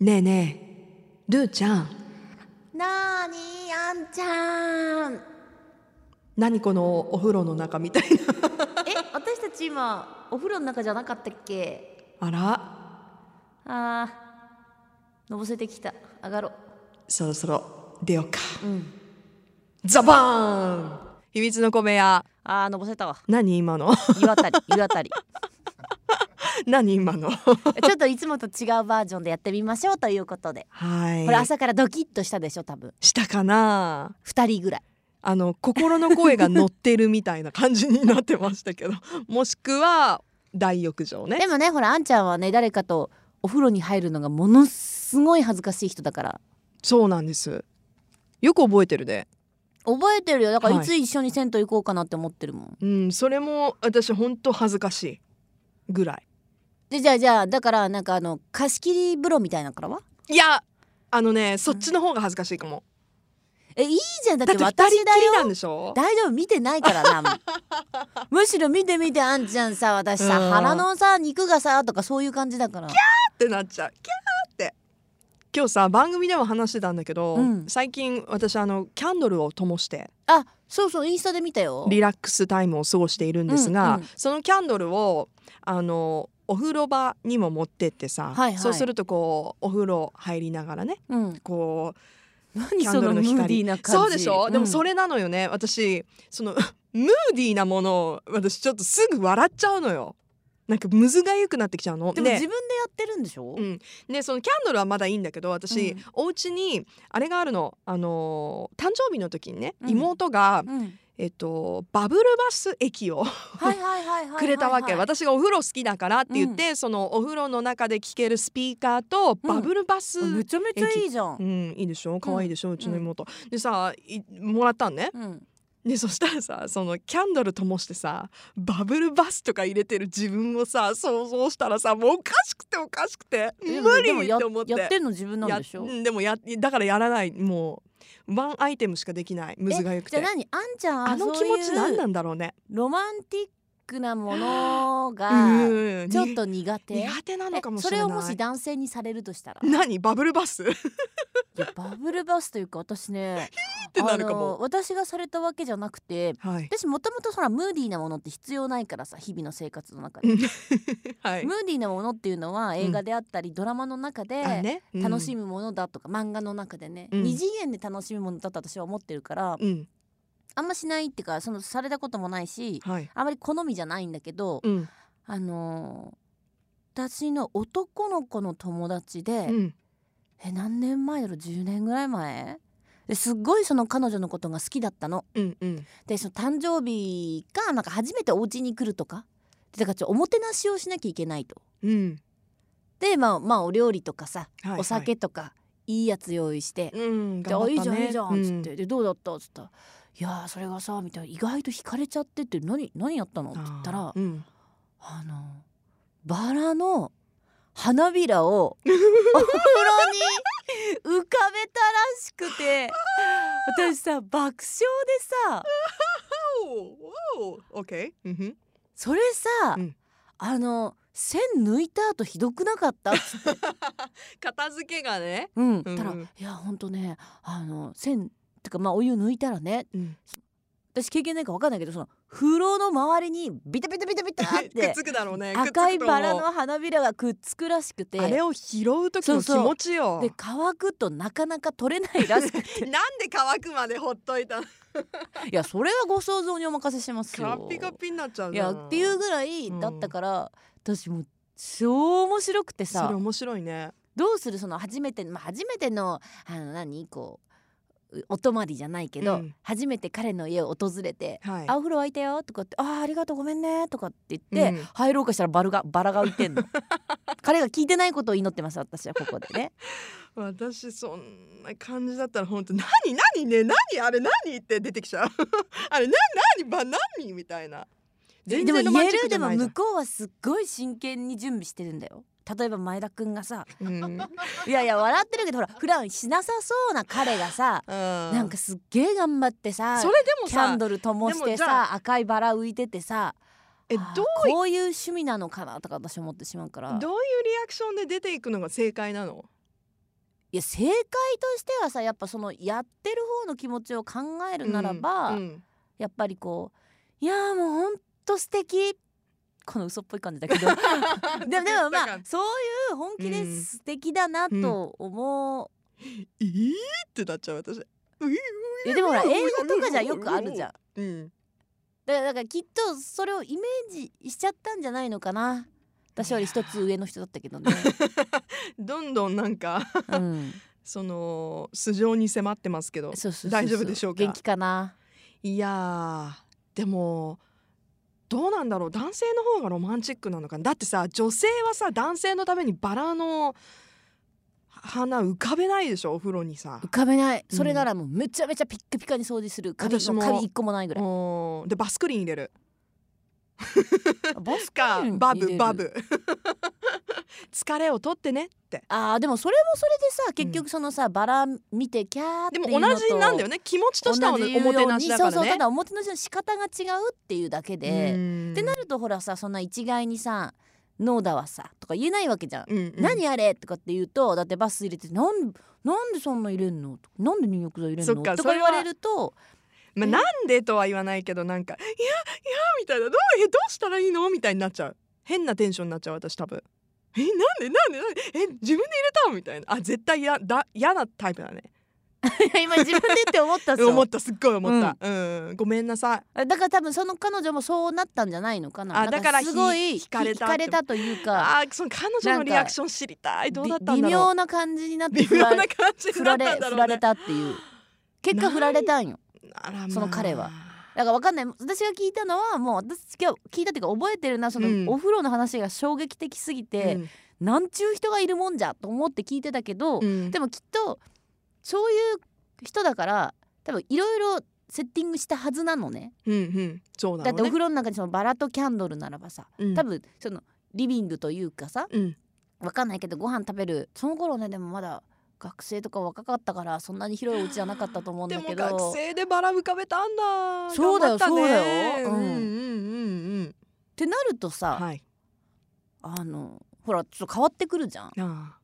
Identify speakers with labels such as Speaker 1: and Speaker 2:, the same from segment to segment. Speaker 1: ねえねえルーちゃん
Speaker 2: なーにあんちゃん
Speaker 1: 何このお風呂の中みたいな
Speaker 2: え私たち今お風呂の中じゃなかったっけ
Speaker 1: あら
Speaker 2: あーのぼせてきた上がろ
Speaker 1: そろそろ出ようか
Speaker 2: ううん
Speaker 1: ザバーン秘密の米屋
Speaker 2: あーのぼせたわ
Speaker 1: 何今の
Speaker 2: 湯あたり 湯あたり
Speaker 1: 何今の
Speaker 2: ちょっといつもと違うバージョンでやってみましょうということで、
Speaker 1: はい
Speaker 2: これ朝からドキッとしたでしょ多分
Speaker 1: したかな
Speaker 2: 2人ぐらい
Speaker 1: あの心の声が乗ってるみたいな感じになってましたけどもしくは大浴場ね
Speaker 2: でもねほらあんちゃんはね誰かとお風呂に入るのがものすごい恥ずかしい人だから
Speaker 1: そうなんですよく覚えてるね
Speaker 2: 覚えてるよだから
Speaker 1: はい
Speaker 2: いつ一緒に銭湯行こうかなって思ってるもん、
Speaker 1: うんそれも私ほんと恥ずかしいぐらい
Speaker 2: でじゃあじゃあだからなんかあの貸し切り風呂みたいなのからはい
Speaker 1: やあのねそっちの方が恥ずかしいかも、
Speaker 2: えいいじゃんだっ
Speaker 1: だ
Speaker 2: て
Speaker 1: って二
Speaker 2: 私
Speaker 1: 人
Speaker 2: だ
Speaker 1: っきりな
Speaker 2: よ
Speaker 1: んでしょ
Speaker 2: 大丈夫見てないか らなもうむしろ見て見てあんちゃんさ私さ
Speaker 1: うん
Speaker 2: 腹のさ肉がさとかそういう感じだから
Speaker 1: ってなっちゃうキャーって今日さ番組でも話してたんだけど、
Speaker 2: うん
Speaker 1: 最近私あのキャンドルを灯して
Speaker 2: あそうそうインスタで見たよ
Speaker 1: リラックスタイムを過ごしているんですが、
Speaker 2: うんうん
Speaker 1: そのキャンドルをあのお風呂場にも持ってってさ、
Speaker 2: はいはい
Speaker 1: そうするとこうお風呂入りながらね
Speaker 2: うん
Speaker 1: こう
Speaker 2: 何
Speaker 1: キャンドルの光
Speaker 2: な
Speaker 1: そうでしょ、でもそ
Speaker 2: れ
Speaker 1: れなのよね私その ムーディーなものを私ちょっとすぐ笑っちゃうのよなんかむずがゆくなってきちゃうの
Speaker 2: でも
Speaker 1: ね
Speaker 2: 自分でやってるんでしょ、
Speaker 1: うんでそのキャンドルはまだいいんだけど私、
Speaker 2: うん
Speaker 1: お家にあれがあるの、あのー誕生日の時にね
Speaker 2: うん
Speaker 1: 妹が、
Speaker 2: うん
Speaker 1: えっと、バブルバス液を
Speaker 2: はいはいはいはいはいはい
Speaker 1: くれたわけ、私がお風呂好きだからって言って、そのお風呂の中で聴けるスピーカーとバブルバス、うん
Speaker 2: めちゃめちゃいいじゃん
Speaker 1: いいでしょ可愛いでしょ、うちの妹、でさいもらったんね
Speaker 2: うん
Speaker 1: でそしたらさそのキャンドル灯してさバブルバスとか入れてる自分をさ想像したらさもうおかしくておかしくて無
Speaker 2: でもでも
Speaker 1: 理っ
Speaker 2: や
Speaker 1: て思って
Speaker 2: やってんの自分なんでしょ
Speaker 1: やうんでもやだからやらないもうワンアイテムしかできないむずがゆく
Speaker 2: じゃ
Speaker 1: て
Speaker 2: あ何あんちゃんは
Speaker 1: あの
Speaker 2: そ
Speaker 1: 気
Speaker 2: ういう
Speaker 1: 持ち何なんだろうね
Speaker 2: ロマンティックなもの
Speaker 1: う
Speaker 2: が
Speaker 1: ん
Speaker 2: ちょっと苦手
Speaker 1: 苦手なのかもしれ
Speaker 2: え
Speaker 1: ない
Speaker 2: それをもし男性にされるとしたらい
Speaker 1: 何バブルバ スっ
Speaker 2: やバブルバスというか私 ね
Speaker 1: てなるか
Speaker 2: あ
Speaker 1: も
Speaker 2: の私がされたわけじゃなくて
Speaker 1: はい
Speaker 2: 私もともとそらムーディーなものって必要ないからさ日々の生活の中
Speaker 1: う
Speaker 2: で、
Speaker 1: んはい
Speaker 2: ムーディーなものっていうのは映画であったり、ドラマの中
Speaker 1: あ
Speaker 2: で
Speaker 1: ねうん
Speaker 2: 楽しむものだとか、漫画の中でね、
Speaker 1: うん
Speaker 2: 二次元で楽しむものだと私は思ってるから
Speaker 1: うん
Speaker 2: あんましないっていうかそのされたこともないし
Speaker 1: はい
Speaker 2: あまり好みじゃないんだけど、
Speaker 1: うん
Speaker 2: あのー私の男の子の友達で、
Speaker 1: うん
Speaker 2: え何年前だろう10年ぐらい前ですっごいその彼女のことが好きだったの。
Speaker 1: うんうん
Speaker 2: でその誕生日かなんか初めてお家に来るとかでだからちょっとおもてなしをしなきゃいけないと。
Speaker 1: うん
Speaker 2: でまあまあお料理とかさ、
Speaker 1: はい
Speaker 2: お酒とかいいやつ用意して
Speaker 1: はいうん
Speaker 2: で「あ
Speaker 1: 頑
Speaker 2: い
Speaker 1: 張
Speaker 2: い
Speaker 1: っ
Speaker 2: じ
Speaker 1: た
Speaker 2: ゃん
Speaker 1: ね
Speaker 2: いいじゃん」っつって「
Speaker 1: うん
Speaker 2: でどうだった?」っつったら「いやーそれがさ」みたいな「意外と惹かれちゃって」って「何何やったの?」って言ったら
Speaker 1: あーうん
Speaker 2: あのバラの花びら をお風呂に浮かべたらし くて私さ爆笑でさ
Speaker 1: おーおー OK うんふん
Speaker 2: それさ、
Speaker 1: うん
Speaker 2: あの線抜いた後ひどくなか ったっつって、
Speaker 1: 片付けがね
Speaker 2: う
Speaker 1: う
Speaker 2: ん、
Speaker 1: ん
Speaker 2: たら「いやほんとねあの線てかまあお湯抜いたらね
Speaker 1: うん
Speaker 2: 私経験ないか分かんないけどその風呂の周りにビタビタビタビタっ
Speaker 1: くってつくだろうね
Speaker 2: 赤いバラ
Speaker 1: くっつくと思
Speaker 2: の花びらがくっつくらしくて。
Speaker 1: うあれを拾う時の気持ちよ
Speaker 2: で乾くとなかなか取れないらしく て
Speaker 1: なんで乾くまでほっといたの
Speaker 2: いやそれはご想像にお任せしますよ
Speaker 1: カッピカピになっちゃう
Speaker 2: い
Speaker 1: じゃ
Speaker 2: や
Speaker 1: ん
Speaker 2: っていうぐらいだったから、私もう超面白くて
Speaker 1: それ
Speaker 2: さ
Speaker 1: 面白いね
Speaker 2: どうするその初めて、まあ、初めてのあの何こううお泊まりじゃないけど、
Speaker 1: うん
Speaker 2: 初めて彼の家を訪れて
Speaker 1: はい
Speaker 2: 「あお風呂沸いたよ」とかって「あーありがとうごめんね」とかって言って、
Speaker 1: うん
Speaker 2: 入ろうかしたらバルがバラが浮い てんの彼が聞いてないことを祈ってます私はここでね。
Speaker 1: 私そんな感じだったら本当何何ね何あれ何って出てきち ゃうあれな何ば何みたいな全
Speaker 2: でも
Speaker 1: 然ロマ
Speaker 2: 言
Speaker 1: ン
Speaker 2: え
Speaker 1: チッ
Speaker 2: る
Speaker 1: クじ
Speaker 2: で
Speaker 1: ゃ
Speaker 2: も
Speaker 1: ないじゃん
Speaker 2: 向こうはすっごい真剣に準備してるんだよ例えば前田くんがさ
Speaker 1: うん
Speaker 2: いやいや笑ってるけどほら普段しなさそうな彼がさ
Speaker 1: な
Speaker 2: なんかすっげえ頑張ってさ
Speaker 1: それでも
Speaker 2: キャ
Speaker 1: さ
Speaker 2: ンドル灯し
Speaker 1: で
Speaker 2: て
Speaker 1: もじゃ
Speaker 2: さ赤いバラ浮いててさ
Speaker 1: えど
Speaker 2: あー
Speaker 1: うい
Speaker 2: こういう趣味なのかなとか私思ってしまうから
Speaker 1: どういうリアクションで出ていくのが正解なの
Speaker 2: いや正解としてはさやっぱそのやってる方の気持ちを考えるならば、
Speaker 1: うんうん
Speaker 2: やっぱりこういやーもうほんと素敵この嘘っぽい感じだけ どでもでもまあそういう本気で
Speaker 1: うん
Speaker 2: 素敵だなと思う、
Speaker 1: いいってなっちゃう私ういう
Speaker 2: いやでもほら映画とかじゃよくあるじゃん
Speaker 1: うん
Speaker 2: だからだからきっとそれをイメージしちゃったんじゃないのかな私より一つ上の人だったけどね、
Speaker 1: どんどんなんか
Speaker 2: うん、
Speaker 1: その素性に迫ってますけど
Speaker 2: そうそうそうそう
Speaker 1: 大丈夫でしょうか
Speaker 2: 元気かない
Speaker 1: やーでもどうなんだろう男性の方がロマンチックなのかなだってさ女性はさ男性のためにバラの花浮かべないでしょお風呂にさ
Speaker 2: 浮。かべない
Speaker 1: うん
Speaker 2: それならもうめちゃめちゃピッカピカに掃除するカビ
Speaker 1: 私も
Speaker 2: もカビ一個もないぐらい
Speaker 1: うんでバスクリーン入れる
Speaker 2: ボス
Speaker 1: か
Speaker 2: うん
Speaker 1: バ
Speaker 2: 入れ
Speaker 1: ブ
Speaker 2: る
Speaker 1: バブ疲れを取ってねって
Speaker 2: あーでもそれもそれでさ結局そのさ、バラ見てキャーって
Speaker 1: で
Speaker 2: いう
Speaker 1: も
Speaker 2: のと
Speaker 1: 同じなんだよね気持ちとしてはお
Speaker 2: 同じ言うよう
Speaker 1: も
Speaker 2: に
Speaker 1: てなしだからね。
Speaker 2: そうそうただおもてなしの仕方が違うっていうだけで、ってなるとほらさそんな一概にさ「ノーだわさ」とか言えないわけじゃん。
Speaker 1: うん、うんうん
Speaker 2: 何あれとかって言うとだってバス入れてなんなんでそんな入れんのとかなんで入浴剤入れん
Speaker 1: そ
Speaker 2: の
Speaker 1: っか
Speaker 2: と
Speaker 1: そ
Speaker 2: か
Speaker 1: れ
Speaker 2: 言
Speaker 1: は
Speaker 2: われ ると
Speaker 1: まあ、
Speaker 2: え
Speaker 1: なんでとは言わないけどなんか「いやいや」みたいな「どうえどうしたらいいの?」みたいになっちゃう変なテンションになっちゃう私多分「えなんでなんでなんでえ自分で入れた?」みたいなあ絶対やだ嫌なタイプだね
Speaker 2: 今自分でって 思ったっす
Speaker 1: 思
Speaker 2: よ
Speaker 1: ったすっごい思った、うんごめんなさい
Speaker 2: だから多分その彼女もそうなったんじゃないのかな
Speaker 1: あ
Speaker 2: なん
Speaker 1: だから
Speaker 2: すごい
Speaker 1: ひ惹かれた
Speaker 2: 惹というか
Speaker 1: あーその彼女のリアクション知りたいどうだったん
Speaker 2: び
Speaker 1: だ
Speaker 2: 微
Speaker 1: ろう
Speaker 2: 妙な感じになって
Speaker 1: 微
Speaker 2: 振
Speaker 1: 妙
Speaker 2: ら
Speaker 1: な感じに
Speaker 2: 振
Speaker 1: な
Speaker 2: ら
Speaker 1: っ
Speaker 2: れ
Speaker 1: たんだ
Speaker 2: 振
Speaker 1: ろう
Speaker 2: られ
Speaker 1: ね
Speaker 2: たっていう結果振られたんよ
Speaker 1: あらまあ
Speaker 2: その彼はだからわかんない私が聞いたのはもう私が聞いたっていうか覚えてるなその、
Speaker 1: うん
Speaker 2: お風呂の話が衝撃的すぎて、
Speaker 1: うん
Speaker 2: なんちゅう人がいるもんじゃと思って聞いてたけど、
Speaker 1: うん
Speaker 2: でもきっとそういう人だから多分いろいろセッティングしたはずなのね
Speaker 1: うんうんそうだ
Speaker 2: だ
Speaker 1: ろう
Speaker 2: ってお
Speaker 1: ね
Speaker 2: 風呂の中にそのバラとキャンドルならばさ
Speaker 1: うん
Speaker 2: 多分そのリビングというかさ
Speaker 1: うん
Speaker 2: わかんないけどご飯食べるその頃ねでもまだ学生とか若かったからそんなに広いお家じゃなかったと思うん
Speaker 1: で
Speaker 2: だけ
Speaker 1: も
Speaker 2: ど
Speaker 1: 学生でバラ浮かべたんだ
Speaker 2: そうだよ
Speaker 1: 頑張ったね
Speaker 2: そうだよ
Speaker 1: う
Speaker 2: うん
Speaker 1: う
Speaker 2: ん
Speaker 1: んうんうん
Speaker 2: ってなるとさ、
Speaker 1: はい。
Speaker 2: あのほらちょっと変わってくるじゃん
Speaker 1: あ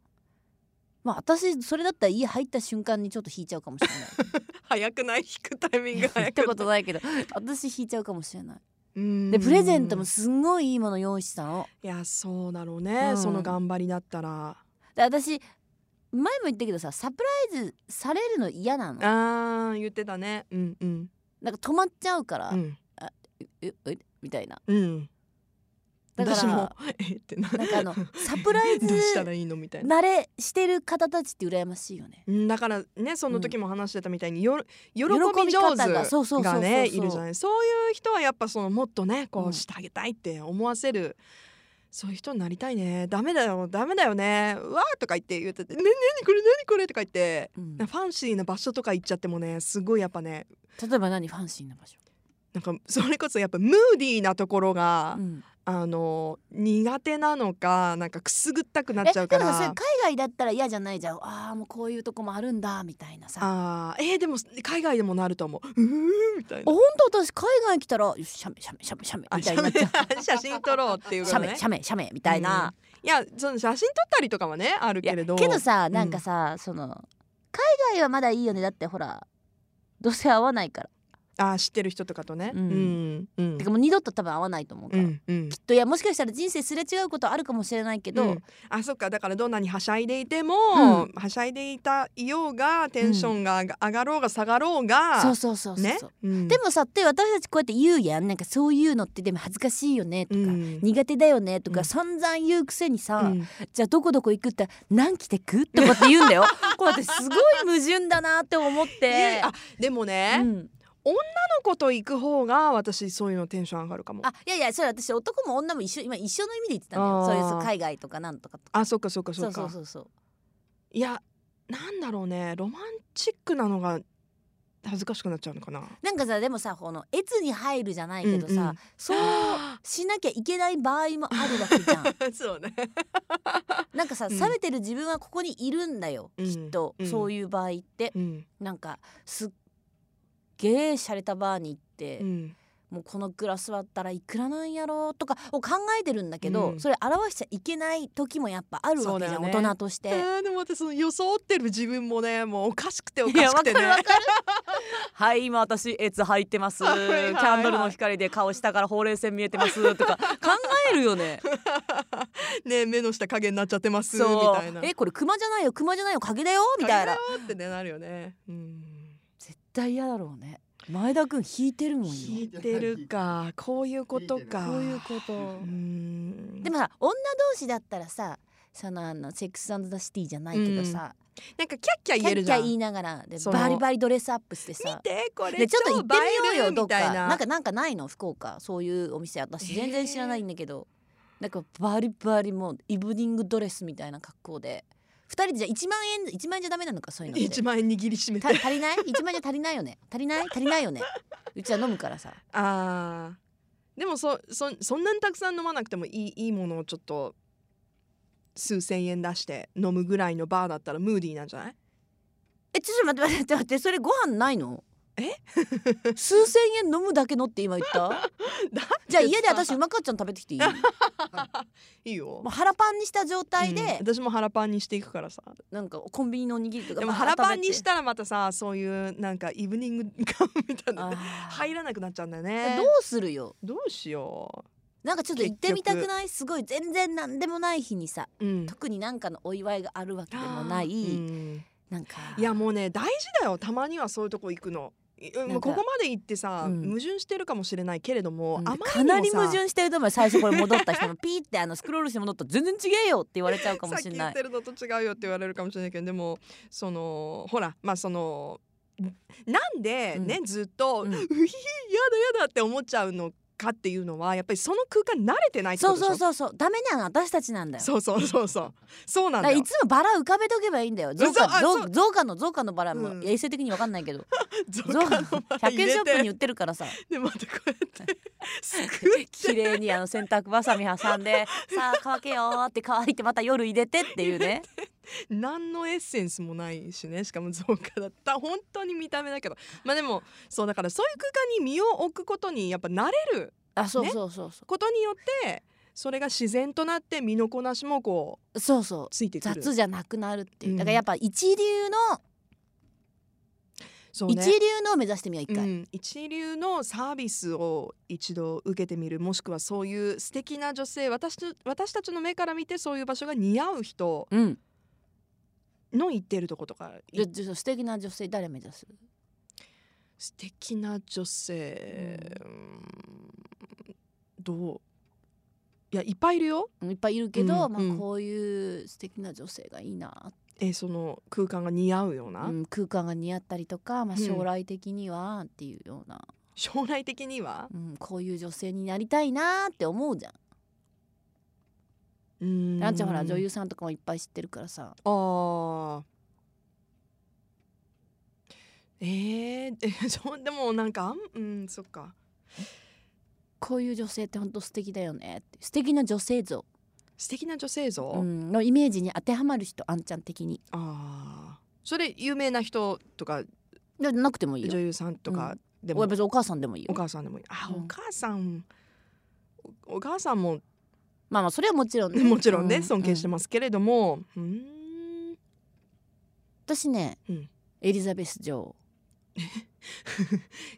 Speaker 2: まあ私それだったら家入った瞬間にちょっと引いちゃうかもしれない
Speaker 1: あ早くない引くタイミ ング
Speaker 2: や
Speaker 1: 早
Speaker 2: っ
Speaker 1: くな
Speaker 2: た
Speaker 1: い
Speaker 2: ことないけど私引いちゃうかもしれない。
Speaker 1: うん
Speaker 2: でプレゼントもすんごいいいもの用意してたの。
Speaker 1: いやそうだろうね、
Speaker 2: うん
Speaker 1: その頑張りだったら
Speaker 2: で私前も言ったけどさサプライズされるの嫌なのなんか
Speaker 1: あー言ってたねうんうん
Speaker 2: 止まっちゃうから、
Speaker 1: うん
Speaker 2: ええみたいな
Speaker 1: うん
Speaker 2: だから
Speaker 1: 私も えってな
Speaker 2: なん かあのサプライズ
Speaker 1: どうしたらいいのみたいな
Speaker 2: 慣れしてる方たちって羨ましいよね
Speaker 1: うんだからねその時も話してたみたいによろ喜び上手
Speaker 2: 方がそうそうそうそう
Speaker 1: が
Speaker 2: そう
Speaker 1: ねいるじゃないそういう人はやっぱそのもっとねこ
Speaker 2: う
Speaker 1: うんしてあげたいって思わせる、そういう人になりたいねダメだよダメだよねうわーとか言って言ってて「ね何これ何これ」とか言って
Speaker 2: うん
Speaker 1: なんかファンシーな場所とか行っちゃってもねすごいやっぱね
Speaker 2: 例えば何ファンシーな場所、
Speaker 1: なんか それこそやっぱムーディーなところが、
Speaker 2: うん
Speaker 1: あの苦手なのかなんかくすぐったくなっ
Speaker 2: え
Speaker 1: ちゃう
Speaker 2: で
Speaker 1: か
Speaker 2: もさそれ
Speaker 1: ら
Speaker 2: 海。外だったら嫌じゃないじゃんあーもうこういうとこもあるんだみたいなさ
Speaker 1: あーえー、でも海外でもなると思ううーみたいな
Speaker 2: ほんと私海外来たらシャメシャメシャメシャメ
Speaker 1: あ
Speaker 2: みたい
Speaker 1: 写
Speaker 2: になっちゃう
Speaker 1: メ 写真撮ろうっていうこ
Speaker 2: シ
Speaker 1: と
Speaker 2: ャ
Speaker 1: ね
Speaker 2: メシャメシャメみたいな、
Speaker 1: うんいやその写真撮ったりとかはねある
Speaker 2: いや
Speaker 1: けれど
Speaker 2: さ
Speaker 1: ん
Speaker 2: なんかさ、その海外はまだいいよねだってほらどうせ会わないから、
Speaker 1: あ知ってる人とかとねう
Speaker 2: うんん
Speaker 1: うん
Speaker 2: てかもう二度と多分会わないと思うか
Speaker 1: う
Speaker 2: ら、
Speaker 1: んうん
Speaker 2: きっといやもしかしたら人生すれ違うことあるかもしれないけど、
Speaker 1: うんあそっかだからどんなにはしゃいでいても、
Speaker 2: う
Speaker 1: はしゃいでいたいようがテンションが上がろうが下がろうが、
Speaker 2: そうそうそうそう、
Speaker 1: ね、うん
Speaker 2: でもさって私たちこうやって言うやんなんかそういうのってでも恥ずかしいよねと
Speaker 1: う
Speaker 2: か、
Speaker 1: ん
Speaker 2: 苦手だよねとか、
Speaker 1: うん
Speaker 2: 散々言うくせに
Speaker 1: う
Speaker 2: さ、
Speaker 1: ん
Speaker 2: じゃあどこどこ行くって何着てくとかって言うんだよ こうやってすごい矛盾だなって思っ
Speaker 1: い
Speaker 2: て
Speaker 1: やあでもね、
Speaker 2: う
Speaker 1: 女の
Speaker 2: ん
Speaker 1: 子と行く方が私そういうのテンション上がるかもあ
Speaker 2: あいやいやそれ私男も女も一緒今一緒の意味で言ってたんだ
Speaker 1: あー
Speaker 2: よそういうそう海外とかなんとかとか
Speaker 1: そっかそっかそ
Speaker 2: そ
Speaker 1: っ
Speaker 2: うそう
Speaker 1: か
Speaker 2: そうそう
Speaker 1: いやなんだろうねロマンチックなのが恥ずかしくなっちゃうのかな
Speaker 2: なんかさでもさこの越に入るじゃないけどさ、
Speaker 1: うんうん
Speaker 2: そうしなきゃいけない場合もあるわけじゃ ん
Speaker 1: そうね
Speaker 2: なんかさ
Speaker 1: うん
Speaker 2: 冷めてる自分はここにいるんだよ、
Speaker 1: うん
Speaker 2: きっと、
Speaker 1: うん
Speaker 2: そういう場合って
Speaker 1: うん
Speaker 2: なんかすっげえ洒落たバーに行って、
Speaker 1: うん
Speaker 2: もうこのグラス割ったらいくらなんやろうとかを考えてるんだけど、
Speaker 1: うん
Speaker 2: それ表しちゃいけない時もやっぱあるわけじゃん、
Speaker 1: そうだよね
Speaker 2: 大人として。
Speaker 1: えーでも私その装ってる自分もねもうおかしくてお
Speaker 2: い
Speaker 1: か
Speaker 2: や
Speaker 1: し
Speaker 2: わ
Speaker 1: く
Speaker 2: か
Speaker 1: て
Speaker 2: る
Speaker 1: ね
Speaker 2: わかるはい今私エツ入ってま す
Speaker 1: はいはいはい
Speaker 2: キャンドルの光で顔下からほうれい線見えてます とか考えるよね
Speaker 1: ね目の下影になっちゃってますみ
Speaker 2: そう
Speaker 1: たいな
Speaker 2: えこれ熊じゃないよ熊じゃないよ影だよみたいな
Speaker 1: 影だよってねなるよねうん
Speaker 2: 絶対嫌だろうね前田君引いてるもん
Speaker 1: 聞
Speaker 2: 今
Speaker 1: いてるかこういうことか
Speaker 2: そういうこと
Speaker 1: うん
Speaker 2: でもさ女同士だったらさそのあのセックスザ・シティじゃないけどさ、
Speaker 1: なんかキャッキャ
Speaker 2: キャ
Speaker 1: 言え
Speaker 2: ッ
Speaker 1: る
Speaker 2: キ
Speaker 1: じゃ
Speaker 2: ャ
Speaker 1: ん
Speaker 2: 言いながらで
Speaker 1: その
Speaker 2: バリバリドレスアップしてさ
Speaker 1: 見てこれ
Speaker 2: でちょっと行ってみようよど
Speaker 1: ど
Speaker 2: っ
Speaker 1: っ
Speaker 2: か
Speaker 1: か
Speaker 2: なんかなんかないの福岡そういうお店私全然知らないんだけど、なんかバリバリもうイブニングドレスみたいな格好で二人でじゃ1万円1万円じゃダメなのかそういうのって
Speaker 1: 一万円握りしめて
Speaker 2: た足りない1万円じゃ足りないよね足りない足りないよねうちは飲むからさ
Speaker 1: あーでもそそそんなにたくさん飲まなくてもいいいいものをちょっと数千円出して飲むぐらいのバーだったらムーディーなんじゃない
Speaker 2: えちょっと待って待って待ってそれご飯ないの
Speaker 1: え
Speaker 2: 数千円飲むだけのって今言った
Speaker 1: だ
Speaker 2: じゃあ家で私うまかっちゃん食べてきてい いも
Speaker 1: いいよ
Speaker 2: う腹パンにした状態で、
Speaker 1: うん私も腹パンにしていくからさ
Speaker 2: なんかコンビニのおにぎりとか
Speaker 1: でも
Speaker 2: まあ
Speaker 1: 腹パンに
Speaker 2: 食べ
Speaker 1: してたらまたさそういうなんかイブニング感みたいなのね
Speaker 2: あー
Speaker 1: 入らなくなっちゃうんだよね
Speaker 2: どうするよ
Speaker 1: どうしよ
Speaker 2: なんかちょっと行ってみたくないすごい全然なんでもない日にさ
Speaker 1: う、うん、
Speaker 2: 特になんかのお祝いがあるわけでもない、
Speaker 1: うん
Speaker 2: なんか
Speaker 1: いやもうね大事だよたまにはそういうとこ行くの。いうん
Speaker 2: なんか
Speaker 1: ここまで行ってさ、
Speaker 2: うん
Speaker 1: 矛盾してるかもしれないけれども、
Speaker 2: うん
Speaker 1: あま
Speaker 2: か
Speaker 1: りにも
Speaker 2: な
Speaker 1: さ
Speaker 2: り矛盾してると思う最初これ戻った人もピーってあのスクロールして戻ったら全然違えよって言われちゃうかも
Speaker 1: さっ
Speaker 2: し
Speaker 1: き
Speaker 2: れ
Speaker 1: 言
Speaker 2: な
Speaker 1: っ
Speaker 2: い
Speaker 1: てるのと違うよって言われるかもしれないけどでもそのほらまあそのなんでね、ずっと「
Speaker 2: う
Speaker 1: うんひひやだやだ」って思っちゃうのかっていうのはやっぱりその空間慣れてないって
Speaker 2: そ
Speaker 1: こ
Speaker 2: う
Speaker 1: とでし
Speaker 2: そ
Speaker 1: ょ
Speaker 2: うそうそうダメなの私たちなんだよ
Speaker 1: そうそうそうそうそうな
Speaker 2: だ
Speaker 1: んだ
Speaker 2: から
Speaker 1: よ
Speaker 2: いつもバラ浮かべとけばいいんだよ増
Speaker 1: そう
Speaker 2: 加
Speaker 1: あ
Speaker 2: 増
Speaker 1: そう
Speaker 2: 増加の増加のバラも、
Speaker 1: うん
Speaker 2: いや衛生的にわかんない けど
Speaker 1: ゾ
Speaker 2: 増加の
Speaker 1: 前
Speaker 2: 100
Speaker 1: 入
Speaker 2: 円ショ
Speaker 1: れ
Speaker 2: ップに
Speaker 1: て
Speaker 2: 売ってるからさ
Speaker 1: でまたこうやっ てすくって
Speaker 2: 綺麗にあの洗濯バサミ挟んでさあ乾けよーって乾いてまた夜入れてっていうね
Speaker 1: 何のエッセンスもないしねしかも造花だった本当に見た目だけどまあでもそうだからそういう空間に身を置くことにやっぱ慣れる
Speaker 2: あそう
Speaker 1: ね
Speaker 2: そうそうそ
Speaker 1: ことによってそれが自然となって身のこなしもこう
Speaker 2: う、そうそう
Speaker 1: ついてくる
Speaker 2: 雑じゃなくなるっていう、
Speaker 1: うん
Speaker 2: だからやっぱ一流の、
Speaker 1: そうね
Speaker 2: 一流のを目指してみよう一
Speaker 1: う
Speaker 2: 回、
Speaker 1: ん、一流のサービスを一度受けてみるもしくはそういう素敵な女性私と私たちの目から見てそういう場所が似合う人
Speaker 2: うん、
Speaker 1: の言ってるとことか
Speaker 2: でじゃあ素敵な女性誰目指す
Speaker 1: 素敵な女性、うんどういやいっぱいいるよ
Speaker 2: うんいっぱいいるけど、
Speaker 1: うん
Speaker 2: ま
Speaker 1: う
Speaker 2: あ
Speaker 1: ん
Speaker 2: こういう素敵な女性がいいな、
Speaker 1: えーその空間が似合うよう
Speaker 2: う
Speaker 1: な、
Speaker 2: ん、空間が似合ったりとか、まあ、
Speaker 1: うん
Speaker 2: 将来的にはっていうような、
Speaker 1: 将来的には
Speaker 2: うん、こういう女性になりたいなって思うじゃん、
Speaker 1: うーん
Speaker 2: なんちゃんほら女優さんとかもいっぱい知ってるからさ
Speaker 1: あーえー、えそうで もなんかあんうんそっか
Speaker 2: こういう女性って本当素敵だよねって素敵な女性像、
Speaker 1: 素敵な女性像、
Speaker 2: うん、のイメージに当てはまる人あんちゃん的に
Speaker 1: あーそれ有名な人とか
Speaker 2: じゃなくてもいい
Speaker 1: 女
Speaker 2: よ
Speaker 1: 優さんとかでも、
Speaker 2: お別にお母さんでもいいよ
Speaker 1: お母さんでもいいあ、
Speaker 2: う
Speaker 1: お
Speaker 2: ん
Speaker 1: 母さんおお母さんも
Speaker 2: まあまあそれはもちろ ん、
Speaker 1: もちろんね、
Speaker 2: う
Speaker 1: 尊敬してますけれども、うーん、
Speaker 2: うん私ね、
Speaker 1: うん
Speaker 2: エリザベス女王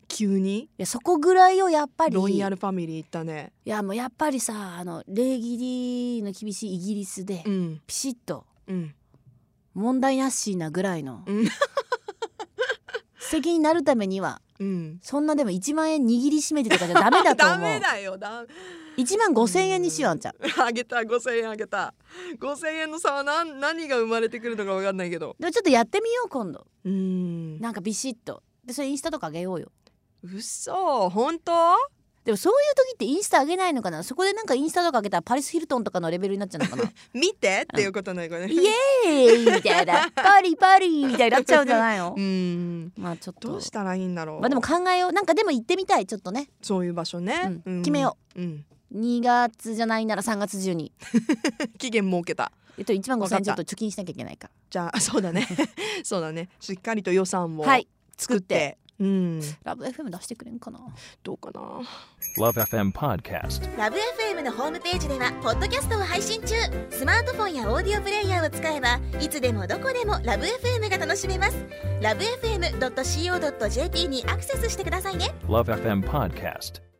Speaker 1: 急に
Speaker 2: いやそこぐらいをやっぱり
Speaker 1: ロイヤルファミリー行ったね。
Speaker 2: いやもうやっぱりさあの礼儀の厳しいイギリスで、
Speaker 1: うん、
Speaker 2: ピシッと
Speaker 1: うん、
Speaker 2: 問題なしなぐらいの、
Speaker 1: うん
Speaker 2: 素敵になるためには
Speaker 1: うん。
Speaker 2: そんなでも1万円握りしめてとかじゃダメ だと思う
Speaker 1: だよ、だ。
Speaker 2: 1万5千円にしようあんちゃん
Speaker 1: あげた、五千円あげた。五千円の差は何、何が生まれてくるのかわかんないけど。
Speaker 2: でもちょっとやってみよう今度
Speaker 1: うーん。
Speaker 2: なんかビシッとでそれインスタとかあげようよ
Speaker 1: 嘘、本当。
Speaker 2: でもそういう時ってインスタあげないのかなそこでなんかインスタとかあげたらパリス・ヒルトンとかのレベルになっちゃうのかな
Speaker 1: 見てっていうことないこれ。
Speaker 2: イエーイみたいなパリパリみたいになっちゃうんじゃないの
Speaker 1: うーん。
Speaker 2: まあちょっと
Speaker 1: どうしたらいいんだろう。
Speaker 2: まあでも考えようなんかでも行ってみたいちょっとね、
Speaker 1: そういう場所ね。
Speaker 2: うん決めよ
Speaker 1: う。うん。
Speaker 2: う2月じゃないなら3月中に
Speaker 1: 期限設けた。
Speaker 2: えっと1万
Speaker 1: わかっ
Speaker 2: 5000
Speaker 1: た
Speaker 2: ちょっと貯 金しなきゃいけないか
Speaker 1: じゃあ、そうだね。そうだね。しっかりと予算を。
Speaker 2: はい
Speaker 1: 作って、うん
Speaker 2: ラブ FM 出してくれんかな
Speaker 1: どうかな
Speaker 3: Love FM Podcast.
Speaker 4: ラブ f m のホームページではポッドキャストを配信中スマートフォンやオーディオプレイヤーを使えばいつでもどこでもラブ f m が楽しめますラブ FM.co.jp にアクセスしてくださいね
Speaker 3: Love FM Podcast.